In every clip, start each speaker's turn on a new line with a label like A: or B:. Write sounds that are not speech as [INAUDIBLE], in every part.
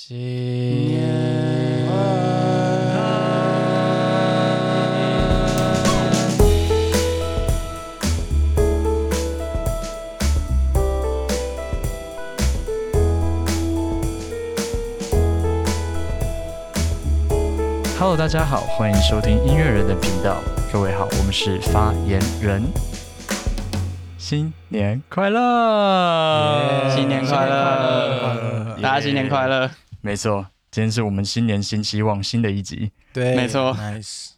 A: 新年！Hello，大家好，欢迎收听音乐人的频道。各位好，我们是发言人。新年快乐！
B: 新年快乐，大家新年快乐！
A: 没错，今天是我们新年新希望新的一集，
C: 对，
B: 没错
C: ，nice。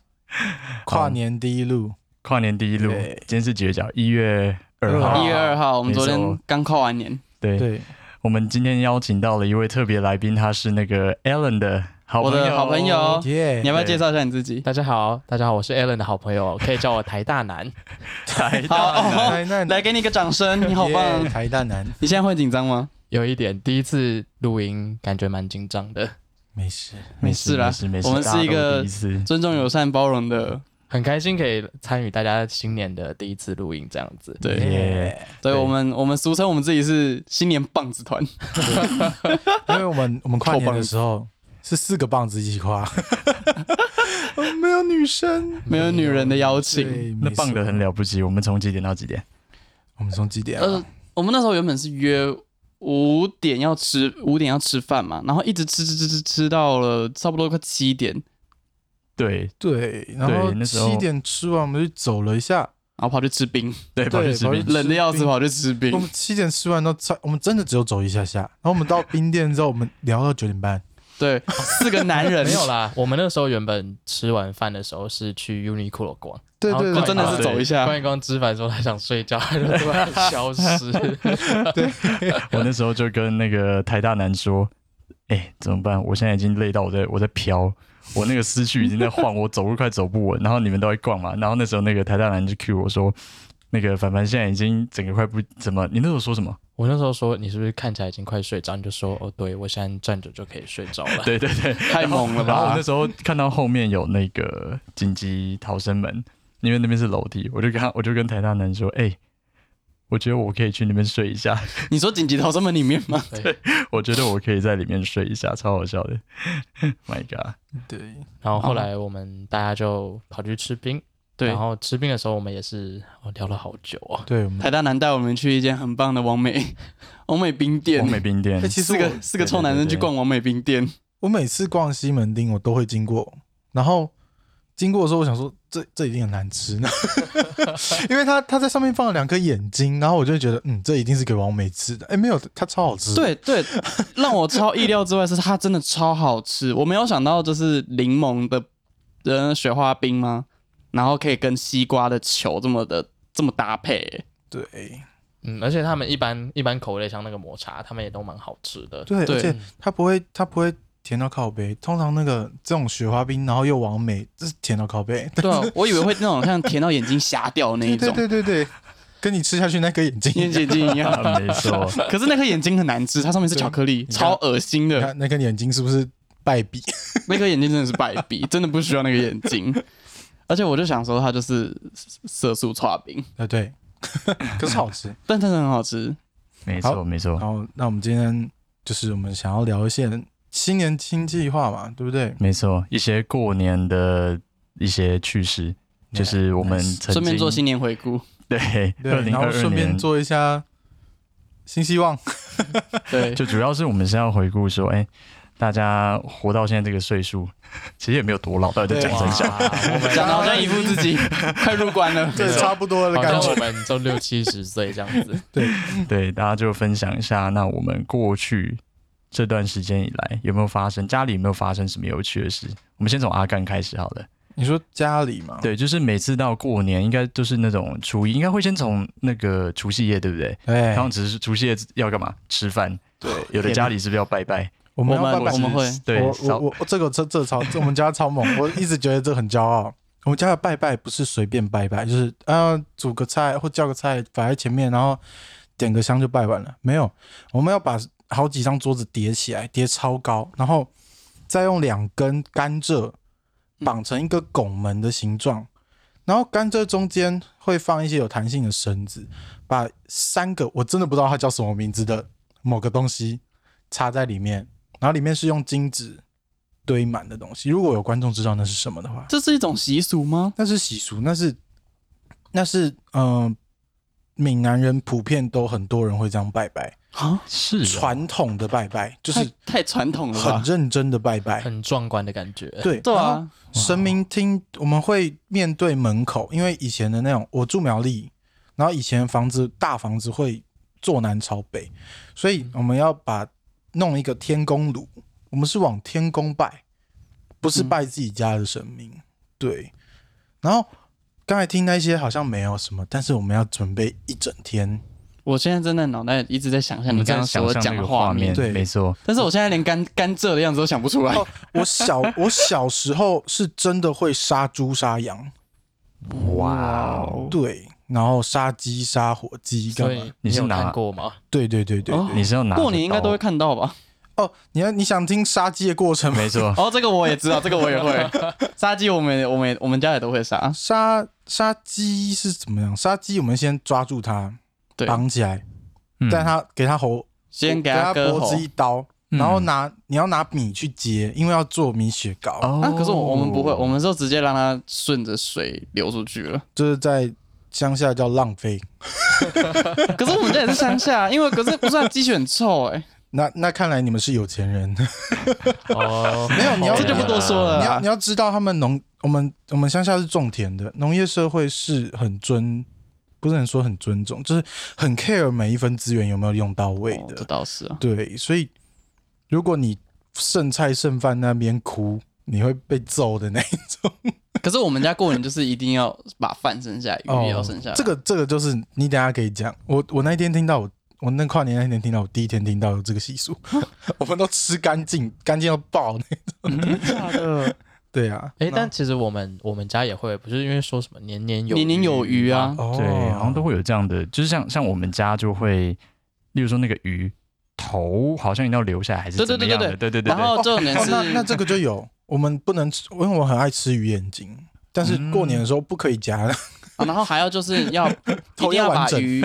C: 跨年第一路，
A: 跨年第一路，
C: 对
A: 今天是几月几号？一月二
C: 啊
A: 号
B: 一。月二号，我们昨
A: 没
B: 天
A: 错
B: 刚跨完年，
A: 对，
C: 对，
A: 我们今天邀请到了一位特别来宾，他是那个 Alan 的好
B: 我
A: 朋友。
B: 的好朋友，你
C: 耶，
B: 要不要介绍一下你自己？
D: 大家好，大家好，我是 Alan 的好朋友，可以叫我台大男。
A: 台
B: 好
A: 大男，
D: 哎
B: 哦
C: 台南
B: 来，给你一个掌声，你好棒
C: 耶！台大男，
B: 你现在会紧张吗？
D: [LAUGHS] 有一点第一次录音，感觉蛮紧张的， [LAUGHS]
C: 没事，
B: 没事啦
A: 没事没事，
B: 我们
A: 大家
B: 是一个
A: 都第一次，
B: 尊重、友善、包容的，
D: 很开心可以参与大家新年的第一次录音这样子。
B: 对，
A: 耶，
B: 对我们我们俗称我们自己是新年棒子团，
C: 因为我们我们跨年的时候是四个棒子一起跨，没有女生，
B: 没有女人的邀请。
C: 对，
A: 那
C: 没事
A: 棒的很。了不起。我们从几点到几点？
C: 我们从几点啊？
B: 呃，我们那时候原本是约五点要吃，五点要吃饭嘛，然后一直吃吃吃吃吃到了差不多快七点，
A: 对
C: 对，然后
A: 对那时候
C: 七点吃完我们就走了一下，
B: 然后跑去吃冰，
A: 对，跑去吃
C: 跑去
A: 冰
C: 吃。
B: 冷的要死，
C: 冰
B: 跑去吃
C: 我
B: 冰
C: 们。七点吃完都差，我们真的只有走一下下，然后我们到冰店之后，我们聊到九点半，
B: 对，四个男
D: [LAUGHS]
B: 人
D: 没有啦，我们那时候原本吃完饭的时候是去 Uniqlo 逛，
C: 对
D: 然后
C: 对
D: 逛
B: 就
D: 一
B: 真的是
D: 逛
B: 走一下。
D: 逛一逛，吃饭之后他想睡觉，他就突然消失。
A: [LAUGHS] 我那时候就跟那个台大男说：“哎、怎么办？我现在已经累到我在我在飘，我那个思绪已经在 [LAUGHS] 晃，我走路快走不稳。然后你们都在逛嘛，然后那时候那个台大男就 cue 我说，那个凡凡现在已经整个快不怎么，你那时候说什么？
D: 我那时候说你是不是看起来已经快睡着？你就说哦，对我现在站着就可以睡着
A: [LAUGHS]
D: 了。
A: [LAUGHS] 对对对，
B: 太猛了
A: 然后我
B: 吧
A: 那！时候看到后面有那个紧急逃生门，因为那边是楼梯，我就跟他我就跟台大男说：哎、我觉得我可以去那边睡一下， [LAUGHS]
B: 你说紧急逃生门里面
D: [LAUGHS]
B: 吗？
D: 对，
A: 我觉得我可以在里面睡一下，超好笑的 [LAUGHS] ，My God！
C: 对，
D: 然后后来我们大家就跑去吃冰，
B: 对
D: 然，后吃冰的时候，我们也是哦聊了好久哦。
C: 对，我们
B: 台大男带我们去一间很棒的王美王美冰店
A: 王，美冰店
C: 哎，其实
B: 四
C: 我
B: 个四个臭男人去逛王美冰店，
C: 我每次逛西门町，我都会经过，然后经过的时候，我想说这这一定很难吃呢， [LAUGHS] 因为他他在上面放了两颗眼睛，然后我就会觉得嗯，这一定是给王美吃的。哎，没有，它超好吃。，
B: 对对，让我超意料之外是它真的超好吃，我没有想到就是柠檬的呃雪花冰吗？然后可以跟西瓜的球这么的这么搭配、欸
C: 对
D: 嗯，而且他们一般一般口味像那个抹茶，他们也都蛮好吃的。
C: 对，
B: 对
C: 而且它不会它不会甜到靠背，通常那个这种雪花冰，然后又王美，这是甜到靠背。
B: 对啊，我以为会那种像甜到眼睛瞎掉那一
C: 对对
B: 种，
C: 对对对，跟你吃下去那颗眼睛一
B: 眼
C: 样，
B: 睛一样。
A: 啊，没
C: [LAUGHS]
A: 错，
B: [LAUGHS] 可是那颗眼睛很难吃，它上面是巧克力，
C: 对
B: 超恶心的
C: 你。看那颗眼睛是不是败笔？ [LAUGHS]
B: 那颗眼镜真的是败笔，真的不需要那个眼镜。而且我就想说，它就是色素刨冰，
C: 啊，对， [LAUGHS] 可是好吃。
B: 但真的很好吃。
A: 没
C: 好
A: 错，没错，
C: 然后，那我们今天就是我们想要聊一些新年新计划嘛，对不对？
A: 没错，一些过年的一些趣事，就是我们
C: Nice
A: 曾经
B: 顺便做新年回顾，
A: 对
C: [LAUGHS] 对
A: 二，零
C: 然
A: 二
C: 后
A: 二
C: 顺便
A: 年，
C: 做一下新希望。
B: 对，
A: 就主要是我们是要回顾说，哎、大家活到现在这个岁数， [LAUGHS] 其实也没有多老，到底在讲
C: [LAUGHS]
D: 哇，
A: 真相。
D: 我们
B: 讲的好像一副自己快入关了。
C: [LAUGHS] 对，差不多的
D: 好
C: 感
D: 像
C: 觉
D: 我。们都六七十岁这样
C: [LAUGHS]
D: 子。
A: 对，大家就分享一下，那我们过去这段时间以来有没有发生，家里有没有发生什么有趣的事？我们先从阿干开始好了。
C: 你说家里嘛？
A: 对，就是每次到过年，应该都是那种初一，应该会先从那个除夕夜，对不对？
C: 哎
A: 然，后只是除夕夜要干嘛？吃饭。
C: 对，
A: 有的家里是不是要拜拜？
B: 我
C: 我们要
B: 们
C: 拜拜
B: 我们会
A: 对，
C: 我
A: 烧
C: 我我这个这这超，这我们家超猛，我一直觉得这很骄傲。我们家的拜拜不是随便拜拜，就是啊煮个菜或叫个菜摆在前面，然后点个香就拜完了。没有，我们要把好几张桌子叠起来，叠超高，然后再用两根甘蔗绑成一个拱门的形状，然后甘蔗中间会放一些有弹性的绳子，把三个我真的不知道它叫什么名字的某个东西插在里面，然后里面是用金纸堆满的东西。如果有观众知道那是什么的话，
B: 这是一种习俗吗？
C: 那是习俗，那是那是嗯、呃闽南人普遍都很多人会这样拜拜，
B: 啊，
A: 是哦
C: 传统的拜拜就是
B: 太太传统了
C: 很
B: 吧？
C: 认真的拜拜。
D: 很壮观的感觉。
C: 哎对
B: 对
C: 然后
B: 啊，
C: 神明厅我们会面对门口，因为以前的那种我住苗栗，然后以前房子大房子会坐南朝北，所以我们要把弄一个天宫炉，我们是往天宫拜，
D: 嗯
C: 不是拜自己家的神明。对，然后刚才听那些好像没有什么，但是我们要准备一整天。
B: 我现在真的脑袋一直在想象
A: 我
B: 你
A: 们
B: 刚
A: 在
B: 刚
A: 想
B: 所
A: 象
B: 讲
A: 那
B: 的
A: 个
B: 画
A: 画
B: 面
A: 面，，
C: 对
A: 没错，
B: 但是我现在连甘甘蔗的样子都想不出来。
C: 哦我小 [LAUGHS] 我小时候是真的会杀猪杀羊，
A: 哇哦，
C: 对，然后杀鸡杀火鸡干
D: 所
C: 嘛
D: 以？
A: 你是
D: 有
A: 拿
D: 看过吗？
C: 对对对对
B: 哦
A: 你是要拿着
B: 过年应该都会看到吧？
C: 哦，你要你想听杀鸡的过程
A: 刀，
C: 吗？
A: 没
B: [LAUGHS]
A: 错，
B: 哦，这个我也知道，这个我也会 [LAUGHS] 杀鸡，我们也我们也我们家也都会杀。
C: 杀杀鸡是怎么样？杀鸡我们先抓住它，
B: 对，
C: 绑起来，
A: 嗯
C: 但它给它喉，
B: 先给
C: 给它
B: 它割
C: 脖
B: 喉
C: 子一刀，
A: 嗯
C: 然后拿你要拿米去接，因为要做米雪糕，
A: 哦
B: 啊！可是我我们不会，我们就直接让它顺着水流出去了。
C: 就是在乡下叫浪费。
B: 可是我们家也是乡下，因为可是不是啊鸡血很臭 [LAUGHS] 哎、
C: 那那看来你们是有钱人，
D: [LAUGHS] 哦，
C: 没有你要
B: 这就不多说了
C: [LAUGHS] 你
B: 啊
C: 要你要知道他们农我们我们乡下是种田的，农业社会是很尊，不是很说很尊重，就是很 care 每一分资源有没有用到位
B: 哦
C: 的。
B: 这倒是啊。
C: 对，所以如果你剩菜剩饭那边哭，你会被揍的那一
B: [LAUGHS]
C: 种。
B: 可是我们家过年就是一定要把饭剩下，鱼也
A: 哦
B: 要剩下。
C: 这个这个就是你等一下可以讲。我我那一天听到我。我那跨年那一天听到，我第一天听到有这个习
B: [LAUGHS]
C: 俗，我们都吃干净，干净到爆那。
B: 嗯假的，
C: 对啊，
D: 哎，但其实我们我们家也会，不是因为说什么年年有
B: 年年有余
D: 吗，
B: 啊
C: 哦
A: 对，好像都会有这样的，就是像像我们家就会，例如说那个鱼头好像一定要留下来，还是
B: 对
A: 怎么
B: 对对
A: 样
B: 对
A: 的？对对对
B: 然后
A: 对，
B: 重点
C: 哦，
B: 是，
C: 那那这个就有，我们不能吃，因为我很爱吃鱼眼睛，但是过年的时候不可以夹，
B: 啊然后还要就是 [LAUGHS] 要一定
C: 头要完
B: 把
C: 整
B: 鱼，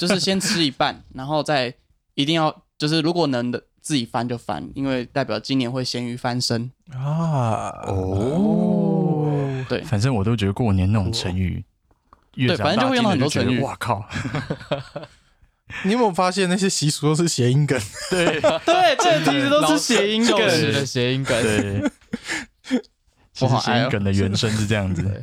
B: 就是先吃一半，然后再一定要就是如果能的自己翻就翻，因为代表今年会咸鱼翻身。
C: 啊。
A: 哦，
B: 对
A: 反正我都觉得过年那种成语，越
B: 哦对
A: 长
B: 反正就
A: 大
B: 会用到很
A: 听了
B: 多
A: 觉得
B: 成语
A: 哇靠，
C: [LAUGHS] 你有没有发现那些习俗都是谐音梗？
A: 对
B: [LAUGHS] 对，这其实都是谐音梗
D: 旧时的谐音梗，
A: 对，其
B: 我
A: 实
B: 好爱
A: 谐
B: 哦
A: 音梗的原声是这样子，
D: 对，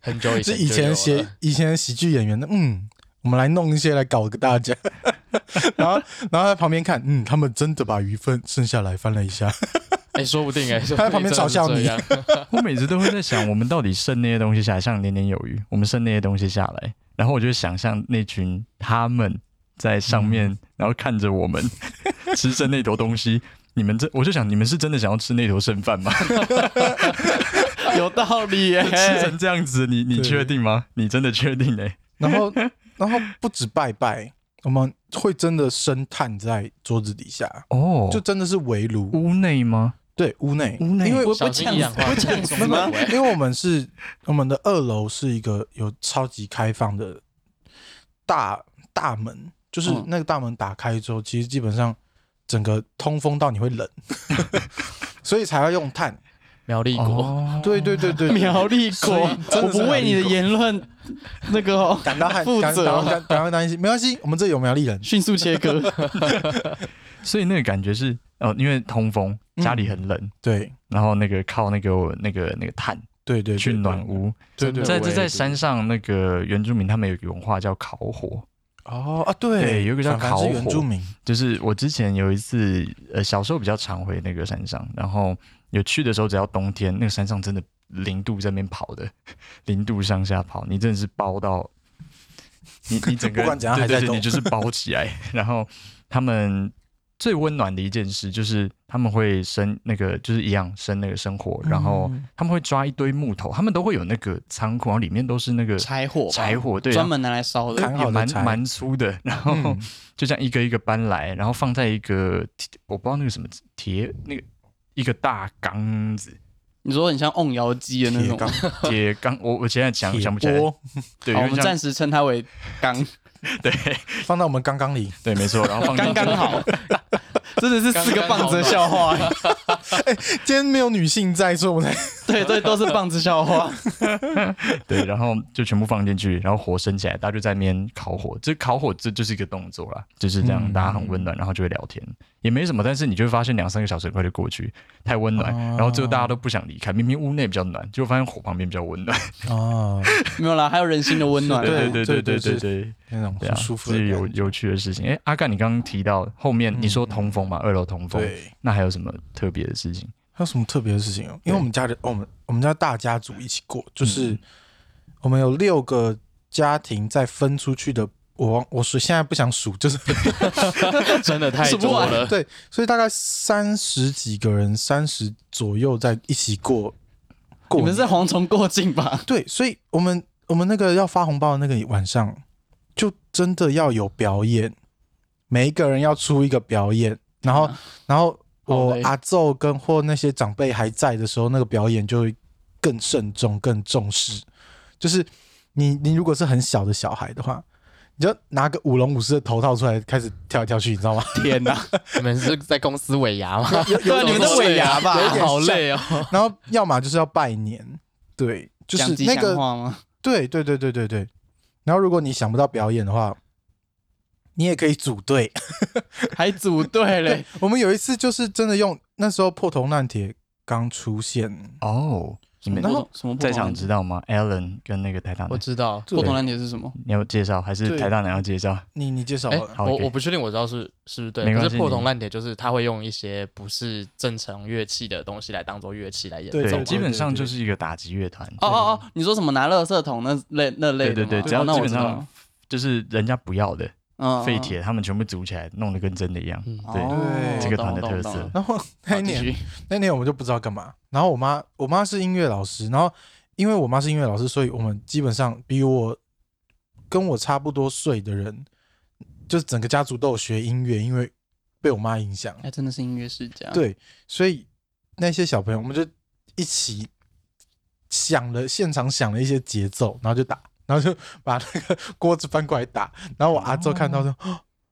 D: 很久以
C: 是
D: 前
C: 以前
D: 就有啊 [LAUGHS]
C: 写
D: 了
C: 以前喜剧演员的，嗯，我们来弄一些来搞个大家， [LAUGHS] 然后然后在旁边看，嗯，他们真的把鱼分剩下来翻了一下， [LAUGHS]
D: 哎，说不定哎，说不定
C: 他在旁边嘲笑
D: 真
C: 你
D: 的是这样
A: [LAUGHS] 我每次都会在想，我们到底剩那些东西下来，像年年有余，我们剩那些东西下来，然后我就想象那群他们在上面，然后看着我们 [LAUGHS] 吃剩那坨东西。你们这，我就想，你们是真的想要吃那坨剩饭吗？
B: 有道理耶、
A: 吃成这样子，你你
C: 对
A: 确定吗？你真的确定哎、
C: 然后然后不止拜拜，我们会真的生炭在桌子底下，
A: 哦，
C: 就真的是围炉，
A: 屋内吗？
C: 对，屋内，
A: 屋内
C: 因为
B: 不
D: 小
B: 不
D: 心
B: 呛
D: 一氧
B: 死，
D: 化
B: 不
D: 碳
B: 呛死
D: 中
B: 吗
D: 毒？哎
C: 因为我们是我们的二楼是一个有超级开放的大大门，就是
B: 嗯
C: 那个大门打开之后，其实基本上整个通风到你会冷， [LAUGHS] 所以才要用炭。
D: 苗栗国，
A: 哦
C: 对对对 [LAUGHS]
B: [LAUGHS]
C: 对，
B: 苗栗
C: 所
B: 国，
C: 以真
B: 我
C: 的是
B: 不为你的言论那个、 [LAUGHS] 哦、
C: 感到害
B: 负
C: 感
B: 责
C: 感感感到担心，没关系，我们这有苗栗人，
B: 迅速切割。
A: 所以那个感觉是哦，因为通风，家里很冷，
C: 对
A: 然后那个靠那个那个那个炭
C: 对对，对
A: 去暖，屋。
C: 对对
A: 在
C: 对
A: 这在山上，那个原住民他们有一个文化叫烤火，
C: 哦啊
A: 对
C: 对，
A: 有一个叫
C: 反正
A: 烤
C: 是
A: 火
C: 原住民，
A: 就是我之前有一次，呃，小时候比较常回那个山上，然后有去的时候，只要冬天，那个山上真的零度在那边跑的， [LAUGHS] 零度上下跑，你真的是包到你你整个
C: 不管怎样
A: 对
C: 还在
A: 对对，
C: 动
A: 你就是包起来。 [LAUGHS] 然后他们最温暖的一件事就是他们会生那个就是一样生那个生火，然后
C: 嗯
A: 他们会抓一堆木头，他们都会有那个仓库，然后里面都是那个
B: 柴火吧，
A: 柴火，对，啊
B: 专门拿来烧的
C: 砍好
A: 也
C: 的
A: 蛮
C: 柴
A: 蛮粗的，然后。
C: 嗯
A: 就这样一个一个搬来，然后放在一个铁我不知道那个什么铁那个一个大缸子
B: 你说很像瓮窑鸡的那
C: 铁
B: 种
C: 缸，
A: 铁缸，我我现在讲 [LAUGHS]
C: 铁
A: 想不起来，
C: 锅
A: 对，
B: 好
A: 有
B: 我们
A: 点像
B: 暂时称它为缸，
A: [LAUGHS] 对
C: 放到我们刚刚里，
A: 对没错，然后放进
B: 刚刚好， [LAUGHS] 真的是四个棒子的笑话。
C: [LAUGHS] 今天没有女性在，所以我才
B: [LAUGHS] 对对，都是棒子
A: [LAUGHS]
B: 笑话。
A: 对，然后就全部放进去，然后火升起来，大家就在那边烤火。这烤火这就是一个动作啦，就是这样，大家很温暖，然后就会聊天，也没什么。但是你就会发现两三个小时很快就过去，太温暖，然后最后大家都不想离开。明明屋内比较暖，结果发现火旁边比较温暖。
C: 哦，
B: 没有啦，还有人心的温暖。
A: [LAUGHS]
C: 对
A: 对对对对对，
C: 那种
A: 对啊，
C: 很舒服
A: 这
C: 的
A: 是有
C: 感觉嗯
A: 有趣的事情。哎，阿干，你刚刚提到后面你说通风嘛，二楼通风，
C: 对，
A: 那还有什么特别的事情？
C: 还有什么特别的事情哦？因为我们家的，我们我们家大家族一起过，
A: 嗯
C: 就是我们有六个家庭在分出去的。我忘我是现在不想数，就是 [LAUGHS]
B: [LAUGHS]
D: 真的太多
B: 啊
D: 了。
C: 对，所以大概三十几个人，三十左右在一起过过
B: 你们
C: 年。
B: 是蝗虫过境吧？
C: 对，所以我们我们那个要发红包的那个晚上，就真的要有表演，每一个人要出一个表演，
B: 嗯
C: 然后、然后
D: 好
B: 哦
C: 我
D: 累
C: 阿昼跟或那些长辈还在的时候，那个表演就会更慎重、更重视。就是你你如果是很小的小孩的话，你就拿个舞龙舞狮的头套出来开始跳来跳去，你知道
D: [LAUGHS]
C: 吗？
B: 天哪！
D: 你们是在公司尾牙吗？
B: 对啊，你们的尾牙吧？
C: 有
D: [LAUGHS]
C: 点
D: 好累哦。
C: 然后要么就是要拜年，对，就是
B: [LAUGHS] 讲吉
C: 那
B: 祥
C: 个
A: [LAUGHS]
B: 话吗？
C: 对对对对对对。然后如果你想不到表演的话，你也可以组队。 [LAUGHS]
B: 还组队嘞？
C: 我们有一次就是真的用那时候破铜烂铁刚出现，
A: 哦，你们
C: 然后
B: 什么不同
A: 在
B: 啊
A: 场知道吗？Allen 跟那个台大
D: 我
A: 男，
D: 知道，
B: 不同蓝点是什么？
A: 你要介绍还是
C: 对
A: 台大男要介绍？
C: 你你介绍
D: 哎，
C: 吧。
A: 好
D: 我
A: OK
D: 我不确定，我知道是是不是
A: 没
D: 对。
A: 关
D: 可
A: 系
D: 是破铜烂铁就是他会用一些不是正常乐器的东西来当做乐器来演奏
C: 对
D: 嘛。
A: 对，
C: 对
A: 基本上
C: 对对
A: 就是一个打击乐团。
B: 哦哦哦，你说什么拿垃圾桶那类那类
A: 对
B: 的
A: 对对，
B: 吗
A: 只要
B: 哦那
A: 基
B: 我
A: 本
B: 知道
A: 上就是人家不要的
C: 哦
B: 嗯
A: 废铁，他们全部组起来，弄得跟真的一样。
D: 嗯
A: 对
C: 对
A: 这个团的特。
B: 哦嗯嗯哦懂懂懂
A: 色
B: 懂
C: 然后那一
B: 好继
C: 年
B: 续
C: 那一年我们就不知道干嘛。然后我妈我妈是音乐老师，然后因为我妈是音乐老师，所以我们基本上比我跟我差不多岁的人，就是整个家族都有学音乐，因为被我妈影响。
B: 哎，真的是音乐世家。，
D: 啊
C: 对，所以那些小朋友，我们就一起想了现场想了一些节奏，然后就打，然后就 [LAUGHS] 把那个锅子翻过来打，然后我阿周看到说：“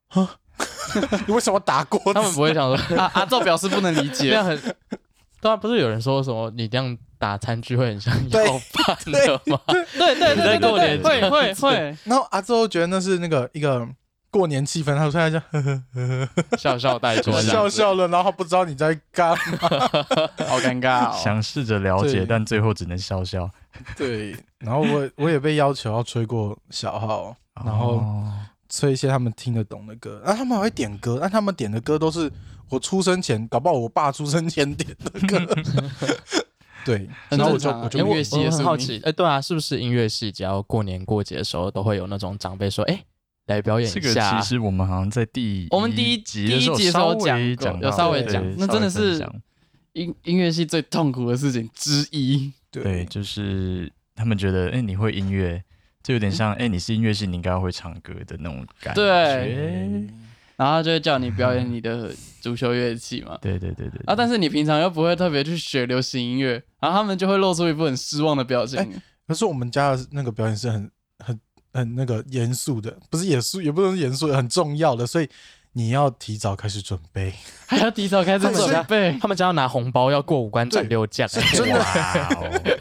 C: 啊、 [LAUGHS] 你为什么打锅
D: [LAUGHS] 哦
C: 子？”
D: 他们不会想说
B: 阿阿赵表示不能理
D: 这
B: 解
D: 样，很。
C: [LAUGHS]
D: 当然不是有人说什么你这样打餐具会很像
C: 对
D: 要饭的吗？
B: [LAUGHS] 对对
D: 你在
B: 对对
D: 过
B: 对
D: 年，
B: 会
D: 前
B: 会会，
C: 然后阿周觉得那是那个一个过年气氛，他出来就呵呵呵
D: 笑笑带着
C: 呵
D: 这
C: 笑
D: 样子。
C: 笑了，然后他不知道你在干嘛。
B: [LAUGHS]
D: [LAUGHS]
B: 好尴尬哦。
A: 想试着了解，
C: 对
A: 但最后只能笑笑。
C: 对，然后我我也被要求要吹过小号，然后。
A: 哦
C: 吹一些他们听得懂的歌，啊，他们还会点歌，但他们点的歌都是我出生前，搞不好我爸出生前点的歌。
B: [LAUGHS]
C: 对，
B: 很
C: 然后
B: 正
C: 我就
B: 常啊
C: 我就
B: 音
D: 我
B: 乐系也
D: 我
B: 是
D: 很好
B: 你
D: 奇，哎、对啊，是不是音乐系只要过年过节的时候，都会有那种长辈说，哎、来表演
A: 这
D: 一
A: 个
D: 下啊、
A: 其实我们好像在第
B: 我们第一
A: 集的
B: 第一集的时候
A: 稍微
B: 讲
A: 到
B: 过有稍
C: 微
A: 对
B: 讲
A: 对
B: 那
A: 稍
B: 真的
A: 微分
B: 是
A: 享
B: 音音乐系最痛苦的事情之一，
A: 对，
C: 对
A: 就是他们觉得，哎、你会音乐，这有
B: 嗯
A: 点像，哎、你是音乐系，你应该会唱歌的那种感觉。
B: 对然后就会叫你表演你的主修乐器嘛。
A: 对对对对
B: 啊，但是你平常又不会特别去学流行音乐，然后他们就会露出一副很失望的表情。
C: 哎可是我们家的那个表演是很很很那个严肃的，不是严肃，也不能严肃，很重要的，所以你要提早开始准备。
B: 还要提早开始
C: 他们是
B: 准备。
D: 他们家要拿红包，要过五关斩六将、哎
C: 真的
A: 哇哦，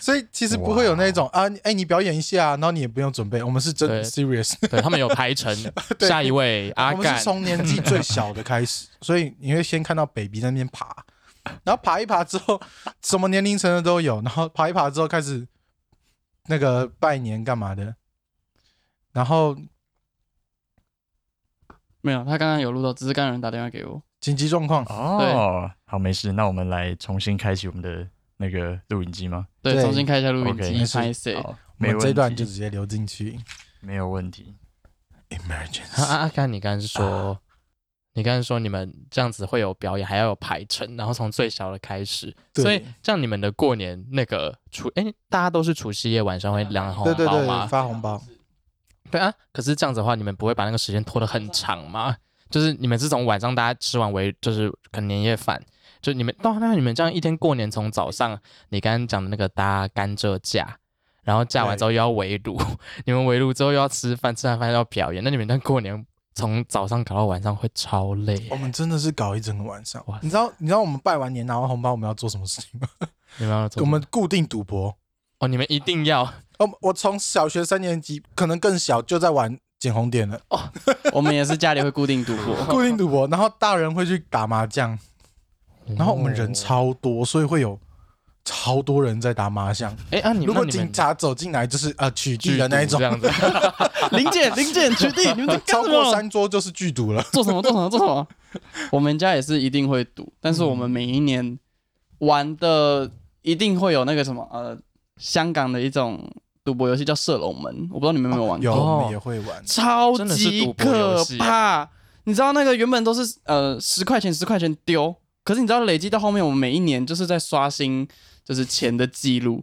C: 所以其实不会有那种
B: 哦
C: 啊，你哎，你表演一下，然后你也不用准备，我们是真的
D: 对
C: serious，
D: 对他们有排
C: [LAUGHS]
D: 程。下一位阿
C: 我们
D: 干
C: 是，从年纪最小的
D: [LAUGHS]
C: 开始，所以你会先看到 baby 在那边爬，然后爬一爬之后，什么年龄层的都有，然后爬一爬之后开始那个拜年干嘛的，然后
B: 没有，他刚刚有录到，只是刚刚有人打电话给我。
C: 紧急状况，
A: 哦，好，没事，那我们来重新开启我们的那个录影机吗？
B: 对，
C: 对
B: 重新开一下录音
A: OK，
B: 机
A: 没，
C: 事
B: 拍谁？
A: 好，
C: 我
A: 没
C: 们这一段
A: 问
C: 就
A: 题，
C: 直接留进去。
A: 没有问题。
D: 阿
C: Emergency，
D: 阿干，你啊刚才是
C: 啊
D: 说，你刚才说你们这样子会有表演，还要有排程，然后从最小的开始，
C: 对
D: 所以这样你们的过年那个除，哎、大家都是除夕夜晚上会量 [LAUGHS] 红
C: 对对
D: 包
C: 对
D: 吗，？
C: 发红包，
D: 对啊，可是这样子的话，你们不会把那个时间拖得很长吗？就是你们是从晚上大家吃完围，就是可能年夜饭，就你们到那你们这样一天过年，从早上你刚刚讲的那个搭甘蔗架， [LAUGHS] 然后架完之后又要围炉，你们围炉之后又要吃饭，吃完饭又要表演，那你们那过年从早上搞到晚上会超累
C: 我。们真的是搞一整个晚上
D: 哇。
C: 你知道你知道我们拜完年拿完红包我们要做什么事情吗？
D: 你们要做
C: 我
D: 什么
C: 们固定赌博。
D: 哦，你们一定要
C: 哦，我从小学三年级，可能更小就在玩捡红点了，
B: 我们也是家里会固定赌 [LAUGHS] 博，
C: 固定赌博。然后大人会去打麻
B: 哦
C: 将，然后我们人超多，所以会有超多人在打麻将。
D: 哎、啊，你
C: 如果
D: 那你们
C: 警察走进来，就是呃取
D: 剧
C: 缔的那一
D: 毒
C: 种
D: 这，样
C: [LAUGHS]
D: 子，
B: 林姐林姐举例，你们在干
C: 超
B: 什
C: 过
B: 么？
C: 三桌就是剧毒了。
B: 做什么做什么做什么？我们家也是一定会赌，但是我们每一年玩的一定会有那个什么呃，香港的一种赌博游戏叫射龙门，我不知道你们有没有玩过。
C: 有，
D: 哦
C: 我们也会玩。
B: 超
D: 真的是
B: 级
D: 赌博游
B: 可
D: 戏
B: 怕。你知道那个原本都是呃十块钱十块钱丢，可是你知道累积到后面，我们每一年就是在刷新就是钱的记录。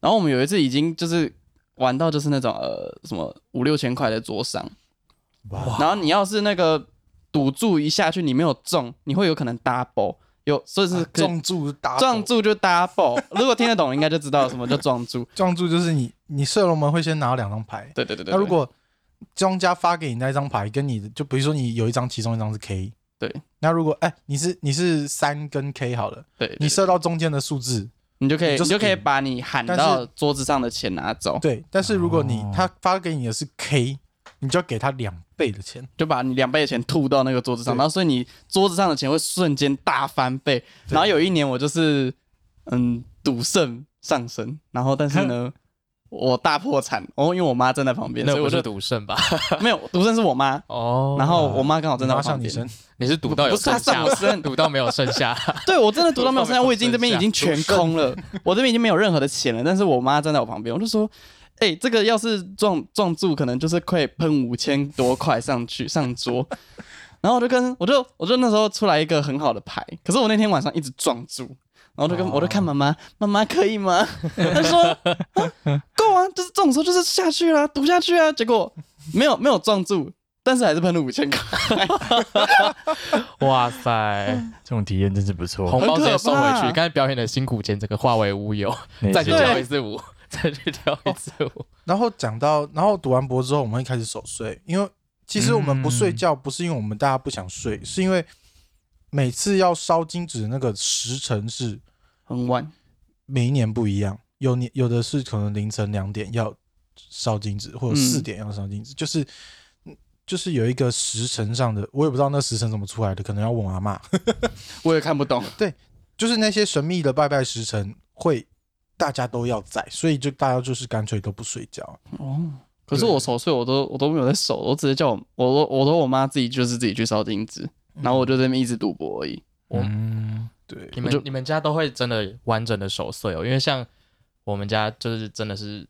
B: 然后我们有一次已经就是玩到就是那种呃什么五六千块的桌上，
C: 哇，
B: 然后你要是那个赌注一下去你没有中，你会有可能 double，有所以是可以
C: 撞柱打
B: 撞柱就 double。如果听得懂，应该就知道什么叫撞柱。
C: 撞柱就是你你射龙门会先拿两张牌，
B: 对对对对对。
C: 那如果庄家发给你那张牌，跟你的就比如说你有一张，其中一张是 K，
B: 对。
C: 那如果哎、你是你是三跟 K 好了，
B: 对对对
C: 你射到中间的数字，
B: 你就可以，
C: 你
B: 你
C: 就是
B: 就可以
C: 赌
B: 把你喊
C: 但
B: 到桌子上的钱拿走，
C: 对。但是如果你、
A: 哦
C: 他发给你的是 K，你就要给他两倍的钱。
B: 就把你两倍的钱吐到那个桌子上，
C: 对
B: 然后所以你桌子上的钱会瞬间大翻倍。然后有一年我就是嗯赌圣上升，然后但是呢我大破产，哦，因为我妈站在旁边，所
D: 那
B: 以
D: 不
B: 我
D: 是
B: 就
D: 赌
C: [LAUGHS]
D: 圣吧？
B: 没有赌圣是我妈，
D: 哦，
B: 然后我妈刚好
C: 你
B: 站在
C: 妈
B: 我旁
C: 上你
B: 边，
C: 身，
D: 你是赌到有
B: 不是
D: 剩
B: 她
D: 下
B: 上
D: [LAUGHS]
B: 我，身，
D: 赌到没有剩下，
B: [LAUGHS] 对我真的读到没有剩下，
D: 我
B: 我已经这边已经全空了， [LAUGHS] 我这边已经没有任何的钱了。但是我妈站在我旁边，我就说：“哎、这个要是撞撞柱，可能就是快喷五千多块上去上桌。”然后我就跟我就我就那时候出来一个很好的牌，可是我那天晚上一直撞柱，然后就跟、我就看妈妈，妈妈可以吗？她说啊够啊，就是这种时候就是下去啦，赌下去啊。结果没有没有撞柱，但是还是喷了五千块，
D: [LAUGHS] 哇塞，
A: 这种体验真是不错
D: 红。包直接收回
B: 嗯很可
D: 去。
B: 怕
D: 刚才表演的辛苦钱，整个化为乌
B: [LAUGHS]
D: 有，
A: 没
D: 再去
A: 错
D: 跳一次舞， [LAUGHS] 再去跳一次舞。
C: 然后讲到，然后赌完博之后，我们会开始守岁，因为其实我们不睡觉，不是因为我们大家不想睡，是因为每次要烧金纸的那个时辰是
B: 很晚。
C: 每一年不一样，有年有的是可能凌晨两点要烧金纸，或者
B: 嗯
C: 四点要烧金纸，就是嗯就是有一个时辰上的，我也不知道那时辰怎么出来的，可能要问我阿妈。
B: 我也看不懂，
C: 就是那些神秘的拜拜时辰会大家都要在，所以就大家就是干脆都不睡觉。
B: 哦，可是
C: 对
B: 我守岁我都我都没有在守，我直接叫我我都我都我妈自己就是自己去烧金纸，然后我就在那边一直赌博而已。
D: 我
C: 嗯，对，
D: [LAUGHS] 你
B: 我就
D: 们你们家都会真的完整的守岁哦，因为像我们家就是真的是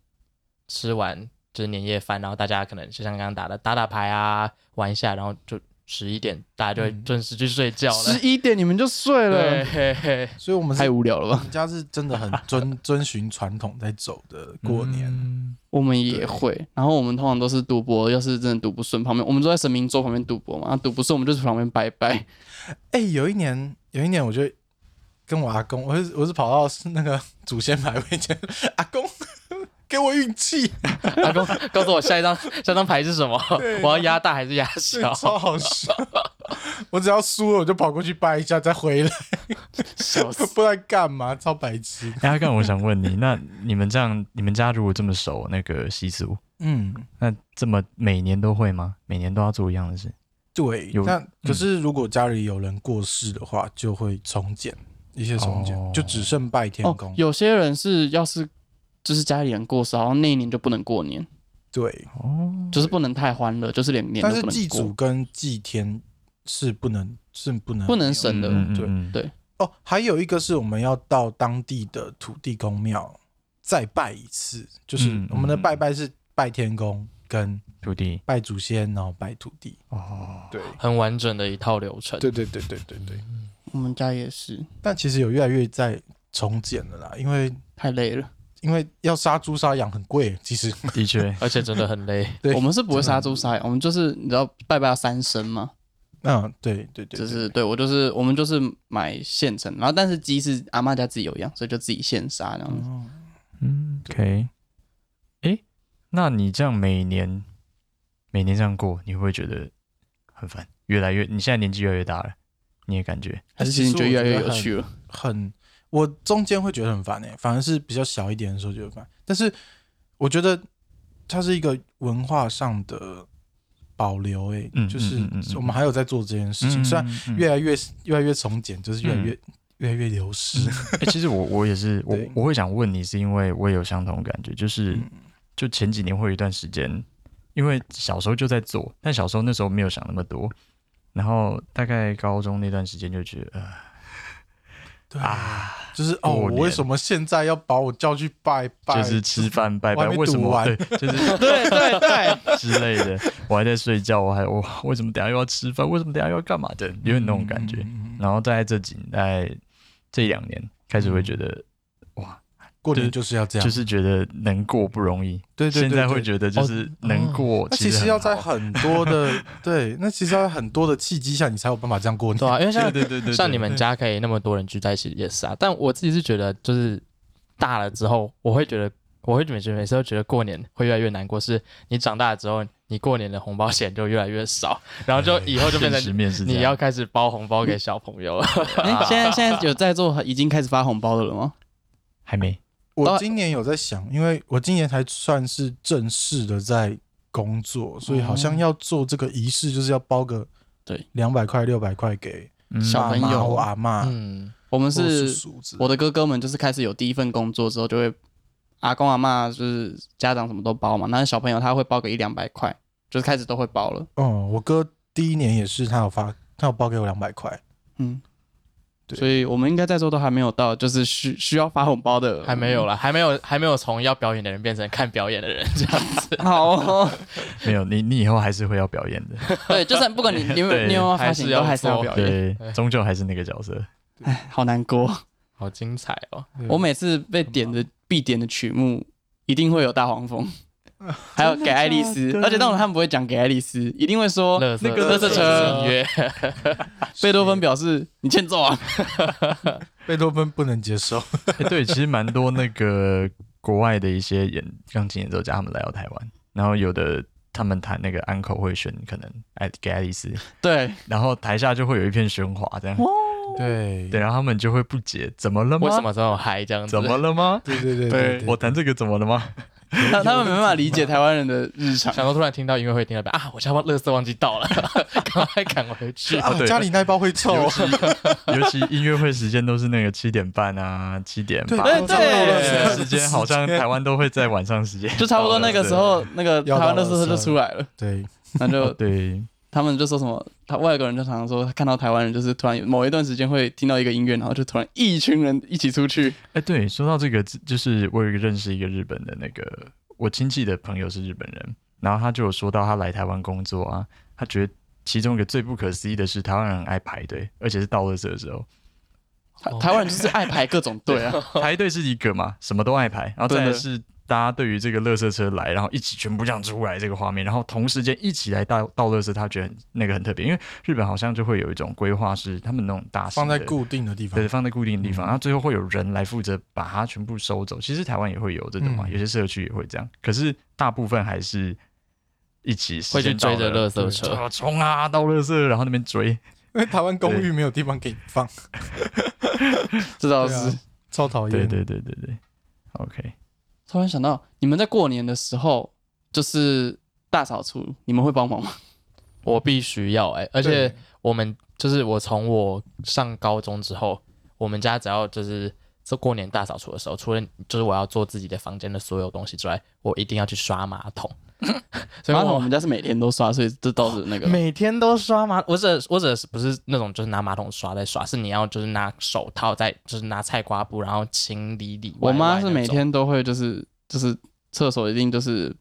D: 吃完就是年夜饭，然后大家可能就像刚刚打的打打牌啊，玩一下，然后就十一点大家就会准时去睡觉了。
B: 十一点你们就睡
D: 对 [LAUGHS]
B: 了，
D: 嘿嘿，
C: 所以我们是
B: 太无聊了
C: 我
B: 吧？
C: 们家是真的 [LAUGHS] 很遵遵循传统在走的过年，
B: 我们也会，然后我们通常都是赌博，要是真的赌不顺，旁边我们都在神明桌旁边赌博嘛，啊赌不顺我们就去旁边拜拜。
C: 哎、有一年，有一年，我就跟我阿公，我是我是跑到那个祖先牌位前，阿公给我运气，
D: 阿公啊告诉我下一张下一张牌是什么，我要压大还是压小？
C: 超好笑。我只要输了，我就跑过去拜一下，再回来， [LAUGHS]
D: 笑
C: 不
D: 死！
C: 知道在干嘛，超白痴。
A: 哎，阿干，我想问你，那你们这样，你们家如果这么熟那个习俗，
C: 嗯，
A: 那这么每年都会吗？每年都要做一样的事？
C: 对。
A: 有嗯
C: 那可是如果家里有人过世的话，就会重建一些重建，
A: 哦
C: 就只剩拜天
B: 哦
C: 公。，
B: 有些人是要是就是家里人过世，好像那一年就不能过年，
C: 对，
A: 哦，
B: 就是不能太欢乐，就是连年
C: 但
B: 都
C: 是
B: 不能
C: 祭祖
B: 过，
C: 跟祭天是不能是不能
B: 不能省的。
A: 嗯
C: 对
A: 嗯
B: 对
C: 哦，还有一个是我们要到当地的土地公庙再拜一次，就是
A: 嗯
C: 我们的
A: 嗯
C: 拜拜是拜天公跟
A: 土地
C: 拜祖先，然后拜土地。
A: 哦，
C: 对，
D: [LAUGHS] 很完整的一套流程。
C: 对对对对对对。
B: 我们家也是
C: 但其实有越来越在重建了啦，因为
B: 太累了，
C: 因为要杀猪杀羊很贵，其实
A: 的
C: [LAUGHS]
A: 确，
D: 而且真的很累。
C: 对
B: 我们是不会杀猪杀羊，我们就是你知道拜拜要三牲嘛。
C: 嗯，对对对，
B: 就
C: 对
B: 是对我就是我们就是买现成，然后但是鸡是阿妈家自己有养，所以就自己现杀这样子。
C: 哦
A: 嗯，OK。哎，那你这样每年每年这样过，你会不会觉得很烦，越来越你现在年纪越来越大了，你也感觉
B: 还是其实你觉得越来越有趣了？
C: 很，我中间会觉得很烦诶、反而是比较小一点的时候觉得烦。但是我觉得它是一个文化上的保留诶、
A: 嗯
C: 就是
A: 嗯嗯嗯嗯
C: 我们还有在做这件事情，虽然
A: 嗯
C: 越来越越来越从简，就是越来越、越来越流失。
A: 欸其实我我也是，我
C: 对
A: 我会想问你，是因为我也有相同感觉，就是、
C: 嗯
A: 就前几年会有一段时间，因为小时候就在做，但小时候那时候没有想那么多，然后大概高中那段时间就觉得，呃
C: [LAUGHS] 对
A: 啊，
C: 就是哦，
A: 过
C: 我
A: 年
C: 为什么现在要把我叫去拜拜？
A: 就是吃饭拜
C: 我
A: 拜，
C: 还没
A: 为什
C: 读
A: 么
C: 完
A: 对，就是
B: [LAUGHS] 对对对，
A: 之类的，我还在睡觉，我还我为什么等一下又要吃饭？为什么等一下又要干嘛的？有点那种感觉。
C: 嗯嗯嗯
A: 然后在这几大概这一两年开始会觉得，
C: 过年
A: 就
C: 就是要嗯这样，
A: 就是觉得能过不容易，
C: 对对对
A: 现在会
C: 对哦
A: 觉得就是能过，
C: 那其实
A: 很
C: 要在
A: 好
C: 很多的对，那其实要在很多的契机下，你才有办法这样过
A: [LAUGHS]
C: 年。
D: 对啊，因为像
A: 对对对对，
D: 像你们家可以那么多人聚在一起也是啊，但我自己是觉得就是大了之后，我会觉得我会每次每次都觉得过年会越来越难过，是你长大了之后，你过年的红包钱就越来越少，然后就以后就变
A: [LAUGHS] 现实
D: 成
A: 面是这样
D: 你要开始包红包给小朋友了。 [LAUGHS]
B: 哎，现在现在有在做已经开始发红包的了吗？
A: 还没
C: 我今年有在想，因为我今年才算是正式的在工作，所以好像要做这个仪式，就是要包个
B: 对
C: 两百块、六百块给
A: 嗯
B: 小
C: 爸
B: 朋
C: 妈
B: 友
C: 或阿妈，
D: 嗯，
B: 我们
C: 或
B: 是
C: 叔叔之类的
B: 我的哥哥们就是开始有第一份工作之后，就会阿公阿妈就是家长什么都包嘛，那小朋友他会包个一两百块，就是开始都会包了。
C: 嗯，我哥第一年也是，他有发，他有包给我两百块。
B: 嗯，
C: 对
B: 所以我们应该在座都还没有到，就是需需要发红包的，
D: 还没有啦，还没有还没有从要表演的人变成看表演的人这样子。 [LAUGHS]
B: 好、哦。
A: 没有你，你以后还是会要表演的，
B: [LAUGHS] 对，就算不管你你有没有
A: 对
B: 你有没有发
D: 还是
B: 行，
D: 要
B: 都还是要
D: 做
B: 表
A: [LAUGHS]
B: 演。
A: 对，终究还是那个角 [LAUGHS] 色。
B: 哎，好难过。
D: 好精彩哦！
C: 对
B: [LAUGHS] 我每次被点的必点的曲目，一定会有大黄蜂，还有给爱丽丝，而且那种他们不会讲给爱丽丝，一定会
A: 哦
B: 说
D: 乐色
B: 那个乐色
D: 音
B: 车。
D: 乐，
B: 贝多芬表示你欠揍啊。
C: 贝多芬不能接受，
A: 欸对，其实蛮多那个国外的一些演钢琴演奏家，他们来到台湾，然后有的他们弹那个安口会选可能爱给爱丽丝，
B: [LAUGHS]
A: [LAUGHS]
B: 对，
A: 然后台下就会有一片喧哗这样，
C: 对
A: 对，然后他们就会不解，怎么了吗？
D: 为什么这么嗨这样子？
A: 怎么了吗？
C: 对对对
A: 对
C: 对，
A: 我弹这个怎么了吗？
B: [LAUGHS] 他他们没办法理解台湾人的日 [LAUGHS] 常。
D: 想到突然听到音乐会，听到一半啊，我家乐色忘记倒了， [LAUGHS] 赶快赶回
B: [LAUGHS]
D: 去。
C: 啊，
A: 对
C: 家里那一包会
B: 哦
C: 臭，
A: 尤其音乐会时间都是那个七点半啊，七点
C: 对
A: 半。
B: 对
A: 这
B: 对，
A: 个时间好像台湾都会在晚上时间
B: 就差不多那个时候，那个台湾
C: 要到
B: 的
C: 了
B: 时候
C: 是吧
B: 就出来了，
C: 对，
B: 那就
A: 哦对，
B: [LAUGHS] 他们就说什么，他外国人就常常说，看到台湾人就是突然某一段时间会听到一个音乐，然后就突然一群人一起出去，
A: 哎，对，说到这个，自就是我有一个认识一个日本的那个我亲戚的朋友是日本人，然后他就有说到他来台湾工作啊，他觉得其中一个最不可思议的是台湾人很爱排队，而且是到垃圾的时
C: [LAUGHS]
A: 候，
B: 台台湾人就是爱排各种队啊，
A: 排队是一个嘛，什么都爱排，然后再来是大家对于这个垃圾车来，然后一起全部这样出来这个画面，然后同时间一起来倒倒垃圾，他觉得很那个很特别，因为日本好像就会有一种规划是他们那种大型
C: 放
A: 的
C: 在固定的地方嗯
A: 对，，放在固定的地方，然后最后会有人来负责把它全部收走。其实台湾也会有这种嘛，啊
C: 嗯
A: 有些社区也会这样，可是大部分还是一起
D: 会去追着垃
A: 乐
D: 圾车，
A: 冲啊到垃圾，然后那边追，
C: 因为台湾公寓没有地方给你放，
B: 这倒
C: 对啊
B: 是。
C: 超讨
A: 对
C: 厌。
A: 对对对对，OK，
B: 突然想到，你们在过年的时候就是大扫除，你们会帮忙吗？
D: 我必须要哎、而且我们就是我从我上高中之后，我们家只要就是这过年大扫除的时候，除了就是我要做自己的房间的所有东西之外，我一定要去刷马
B: [LAUGHS]
D: 桶，所以
B: 马桶我
D: 我
B: 们家是每天都刷，所以这倒是那个。
D: [LAUGHS] 每天都刷马，我只我只是不是那种就是拿马桶刷在刷，是你要就是拿手套在就是拿菜瓜布然后清理里外
B: 我
D: 外
B: 妈是
D: 那
B: 每
D: 种
B: 天都会就是就是厕所一定就是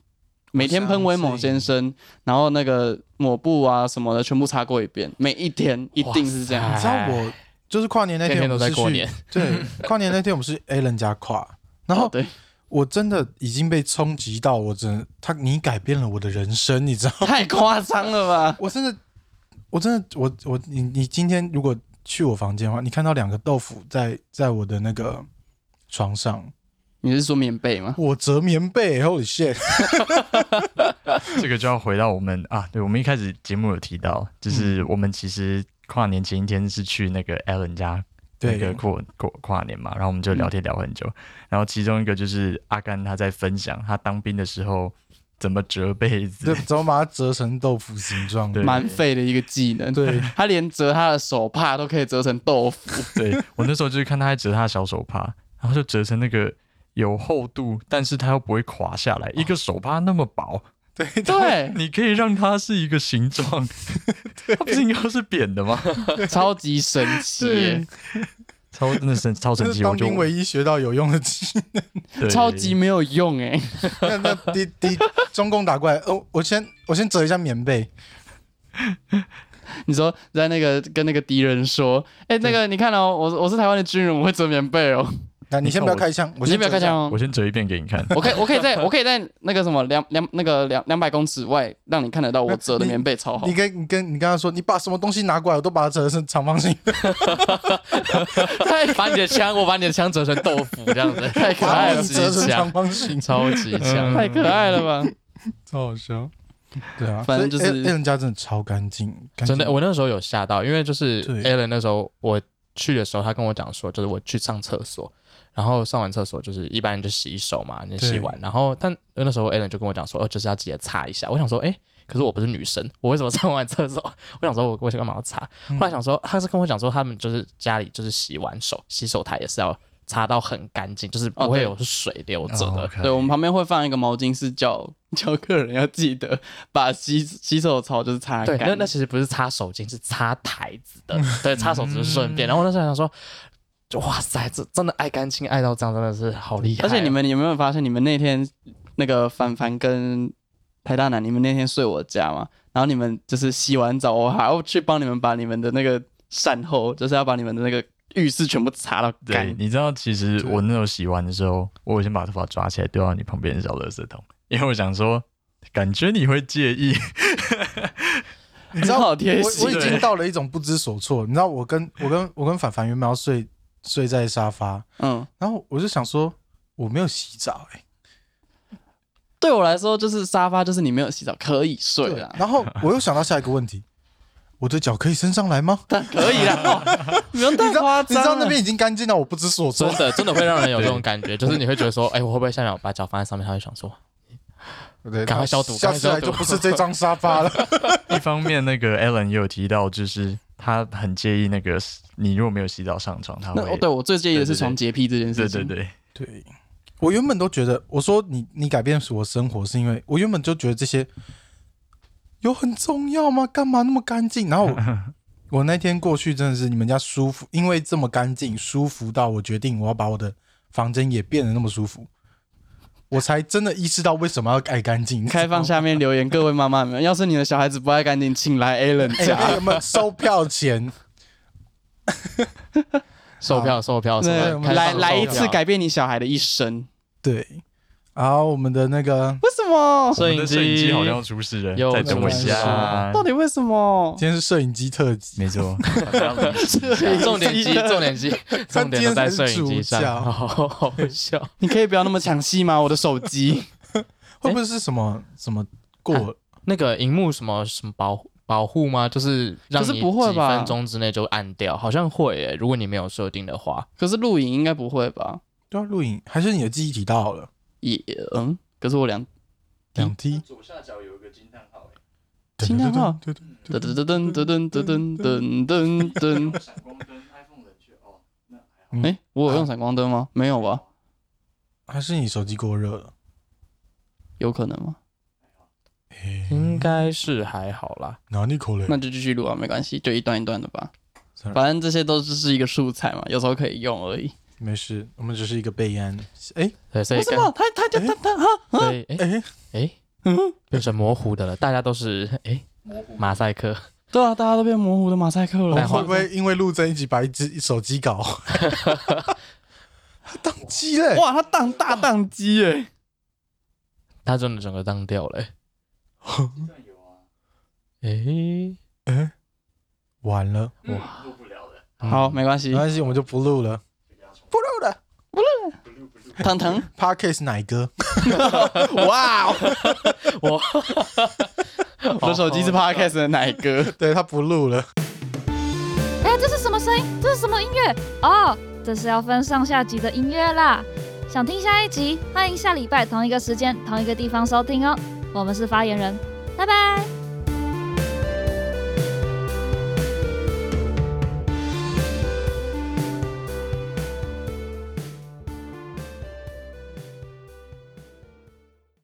B: 每天
C: 我
B: 喷
C: 相
B: 威猛
C: 信
B: 先生，然后那个抹布啊什么的全部擦过一遍，每一天一定是这样
C: 你
D: 哇
C: 知
D: 塞
B: 子。
C: 道我就是跨年那
D: 天
C: 天
D: 天
C: 我
D: 都
C: 们
D: 在
C: 是
D: 过
C: 去
D: 年，
C: [LAUGHS] 对，跨年那天我们是 A 人家跨，然
B: 哦
C: 后
B: 对，
C: 我真的已经被冲击到，我真的他你改变了我的人生，你知道吗？ [LAUGHS]
B: 太夸张了吧？
C: 我真的，我真的，我我你你今天如果去我房间的话，你看到两个豆腐在在我的那个床上，
B: 你是说棉被吗？
C: 我折棉被
A: [LAUGHS]
C: ，Holy shit！
A: 这个就要回到我们啊，对，我们一开始节目有提到，就是我们其实跨年前一天是去那个 Allen 家那个
C: 对，
A: 过过跨年嘛，然后我们就聊天聊很久，然后其中一个就是阿甘他在分享他当兵的时候怎么折被
C: 这
A: 子，啊
C: 怎么把它折成豆腐形状？
A: 对
B: 蛮废的一个技能，
C: 对，
B: 他连折他的手帕都可以折成豆腐，
A: 对 [LAUGHS] 我那时候就是看他在折他的小手帕，然后就折成那个有厚度，但是它又不会垮下来，一个手帕那么薄，
B: 对，
A: 你可以让它是一个形 [LAUGHS] 状，它不是应该是扁的吗？
B: 超级神奇耶，
A: [LAUGHS] 超真的神超
C: 这
A: 神
C: 是
A: 奇，我
C: 当
A: 就
C: 兵唯一学到有用的技能。
A: 对
B: 超级没有用哎，
C: [LAUGHS] 那那第第中共打过来，哦，我先我先折一下棉被，
B: 你说在那个跟那个敌人说，哎，那个你看哦，我我是台湾的军人，我会折棉被哦，
C: 那你先不要开枪，我
B: 你
C: 先
B: 不要
C: 折
B: 开
C: 一下
B: 枪。哦
A: 我，先折一遍给你看，
B: 我可以，我可以在，我可以在那个什么两两那个两两百公尺外，让你看得到我折的棉被超好
C: 你。跟你跟你跟他说，你把什么东西拿过来，我都把它折成长方形，
B: 太
D: [LAUGHS] 把你的枪，我把你的枪折成豆腐这样
C: [LAUGHS]
D: 子，太可
C: 把
D: 爱
B: 哦
D: 了，
C: 它折成长
D: 强，
C: 方
B: [LAUGHS]
C: 形，
D: 超级强。
A: 嗯
B: 太可爱了吧？
C: 超好笑。对啊，
B: 反正就是
C: 所以 A- Alan 家真的超干净，干净
D: 真的，我那时候有吓到，因为就是
C: 对
D: Alan 那时候我去的时候，他跟我讲说，就是我去上厕所，然后上完厕所就是一般人就洗手嘛，你洗完，然后但那时候 Alan 就跟我讲说，哦，就是要记得擦一下。我想说，哎、可是我不是女生，我为什么上完厕所？ [LAUGHS] 我想说我我干嘛要擦？
C: 嗯
D: 后来想说，他是跟我讲说，他们就是家里就是洗完手，洗手台也是要擦到很干净，就是
C: 哦
D: 不会有水流走的。
A: 哦，OK
B: 对，我们旁边会放一个毛巾，是叫叫客人要记得把洗洗手槽就是擦
D: 对，
B: 干。
D: 那那其实不是擦手巾，是擦台子
B: 嗯
D: 的。对，擦手只是顺便。然后我那时候想说，哇塞，这真的爱干净爱到这样，真的是好厉害哦、
B: 而且你们有没有发现，你们那天那个凡凡跟台大男，你们那天睡我家嘛？然后你们就是洗完澡，我还要去帮你们把你们的那个善后，就是要把你们的那个浴室全部擦到
A: 对
B: 干，。
A: 你知道，其实我那时候洗完的时候，我有先把头发抓起来丢到你旁边的小垃圾桶，因为我想说，感觉你会介意。 [LAUGHS]
C: 你知道
B: 好贴
C: 我我
B: 心欸
C: 已
A: 对
C: 经到了一种不知所措。你知道，我跟我跟我跟凡凡原本要睡睡在沙发，
B: 嗯，
C: 然后我就想说我没有洗澡哎、欸
B: 对我来说，就是沙发，就是你没有洗澡可以睡啦，
C: 然后我又想到下一个问题，我的脚可以伸上来吗？
B: 但可以啦，
C: [LAUGHS]
B: 哦，不用太
C: 你知
B: 夸
C: 道你
B: 张
C: 知
B: 了。
C: 道那边已经干净到我不知所
D: 真
C: 措，
D: 的真的会让人有这种感觉，就是你会觉得说，哎、我会不会下秒把脚放在上面？他会想说，
C: 对，
D: 赶快消毒
C: 下次来就不是这张沙发
D: [LAUGHS]
C: 了。
A: 一方面，那个 Alan 也有提到，就是他很介意那个你如果没有洗澡上床，他
B: 那
A: 会
B: 哦，对我最介意的
A: 对
B: 是
A: 对对
B: 床洁癖这件
A: 对
B: 事情。
A: 对对，
C: 对，我原本都觉得，我说你你改变我生活，是因为我原本就觉得这些有很重要吗？干嘛那么干净？然后我
D: [LAUGHS]
C: 我那天过去真的是你们家舒服，因为这么干净舒服到我决定我要把我的房间也变得那么舒服，我才真的意识到为什么要爱干净。
B: 开放下面留言，各位妈妈们，要是你的小孩子不爱干净，请来 Alan
C: 哎，
B: 家。 [LAUGHS]
C: 我们收票钱，
D: 售票售票售
C: 对
D: 票
C: 我，
D: 开放
C: 们
B: 来
D: 售
B: 来一
D: 票
B: 次改变你小孩的一生。
C: 对，然后我们的那个
B: 为什么？
D: 摄
A: 我
D: 影
A: 们的摄影机
D: 机
A: 好
D: [LAUGHS]
A: 像要出事了，
D: 又
A: 再等我一
C: 出事
A: 下
C: 了。
B: 到底为什么？ [LAUGHS]
C: 今天是摄影机特
B: 嗯
C: 辑，
A: 没 [LAUGHS] 错，
D: 重
B: [LAUGHS]
D: 点机，重点机，重点都在摄影机
C: 他今天才是主角
D: 上，好好笑。
B: 你可以不要那么抢戏吗？我的手机
C: 会不会是什么什么
B: 啊
C: 过
D: 那个荧幕什么什么保护保护吗？就是让
B: 可是
D: 你
B: 不会
D: 几
B: 吧
D: 分钟之内就按掉，好像会耶。如果你没有设定的话，
B: [LAUGHS] 可是录影应该不会吧？
C: 对啊，录影还是你的记忆体到好了，
B: 也嗯，可是我两
C: 两 T
A: 左下角有一个惊叹号，
B: 惊叹号
C: 对
B: 噔噔噔噔噔噔噔噔噔噔。
A: 闪光灯，iPhone 冷却哦。
B: 哎，我有用闪光灯吗？没有吧？
C: 还是你手机过热了？
B: 有可能吗？
D: 应该是还好啦。
C: 哪里口嘞
B: 那？就继续录啊，没关系，就一段一段的吧。
C: Sorry
B: 反正这些都只是一个素材嘛，有时候可以用而已。
C: 没事，我们只是一个备案。哎
D: 对，所以
B: 为什么？嗯他他他他他哈？
D: 刚所以哎
C: 哎，
D: 哎，变成模糊的了。大家都是哎马赛克，
B: 对啊，大家都变模糊的马赛克
C: 我
B: 了。
C: 们会不会因为录这一集把一只手机
B: [LAUGHS]
C: 搞？他宕机嘞！
B: 哇，他宕大宕机哎！
D: 它真的整个当掉了。哎，
C: 完了，
B: 嗯
D: 哇，
B: 好，没关系
C: 没，关系，我们就不录了。
B: 糖糖，
C: Parkes 奶哥，
B: [LAUGHS] 哇哦！
D: 我
B: 我的手机是 Podcast 的奶哥，
C: 对他不录了。
E: 哎，这是什么声音？这是什么音乐？哦，这是要分上下集的音乐啦。想听下一集，欢迎下礼拜同一个时间、同一个地方收听哦。我们是发言人，拜拜。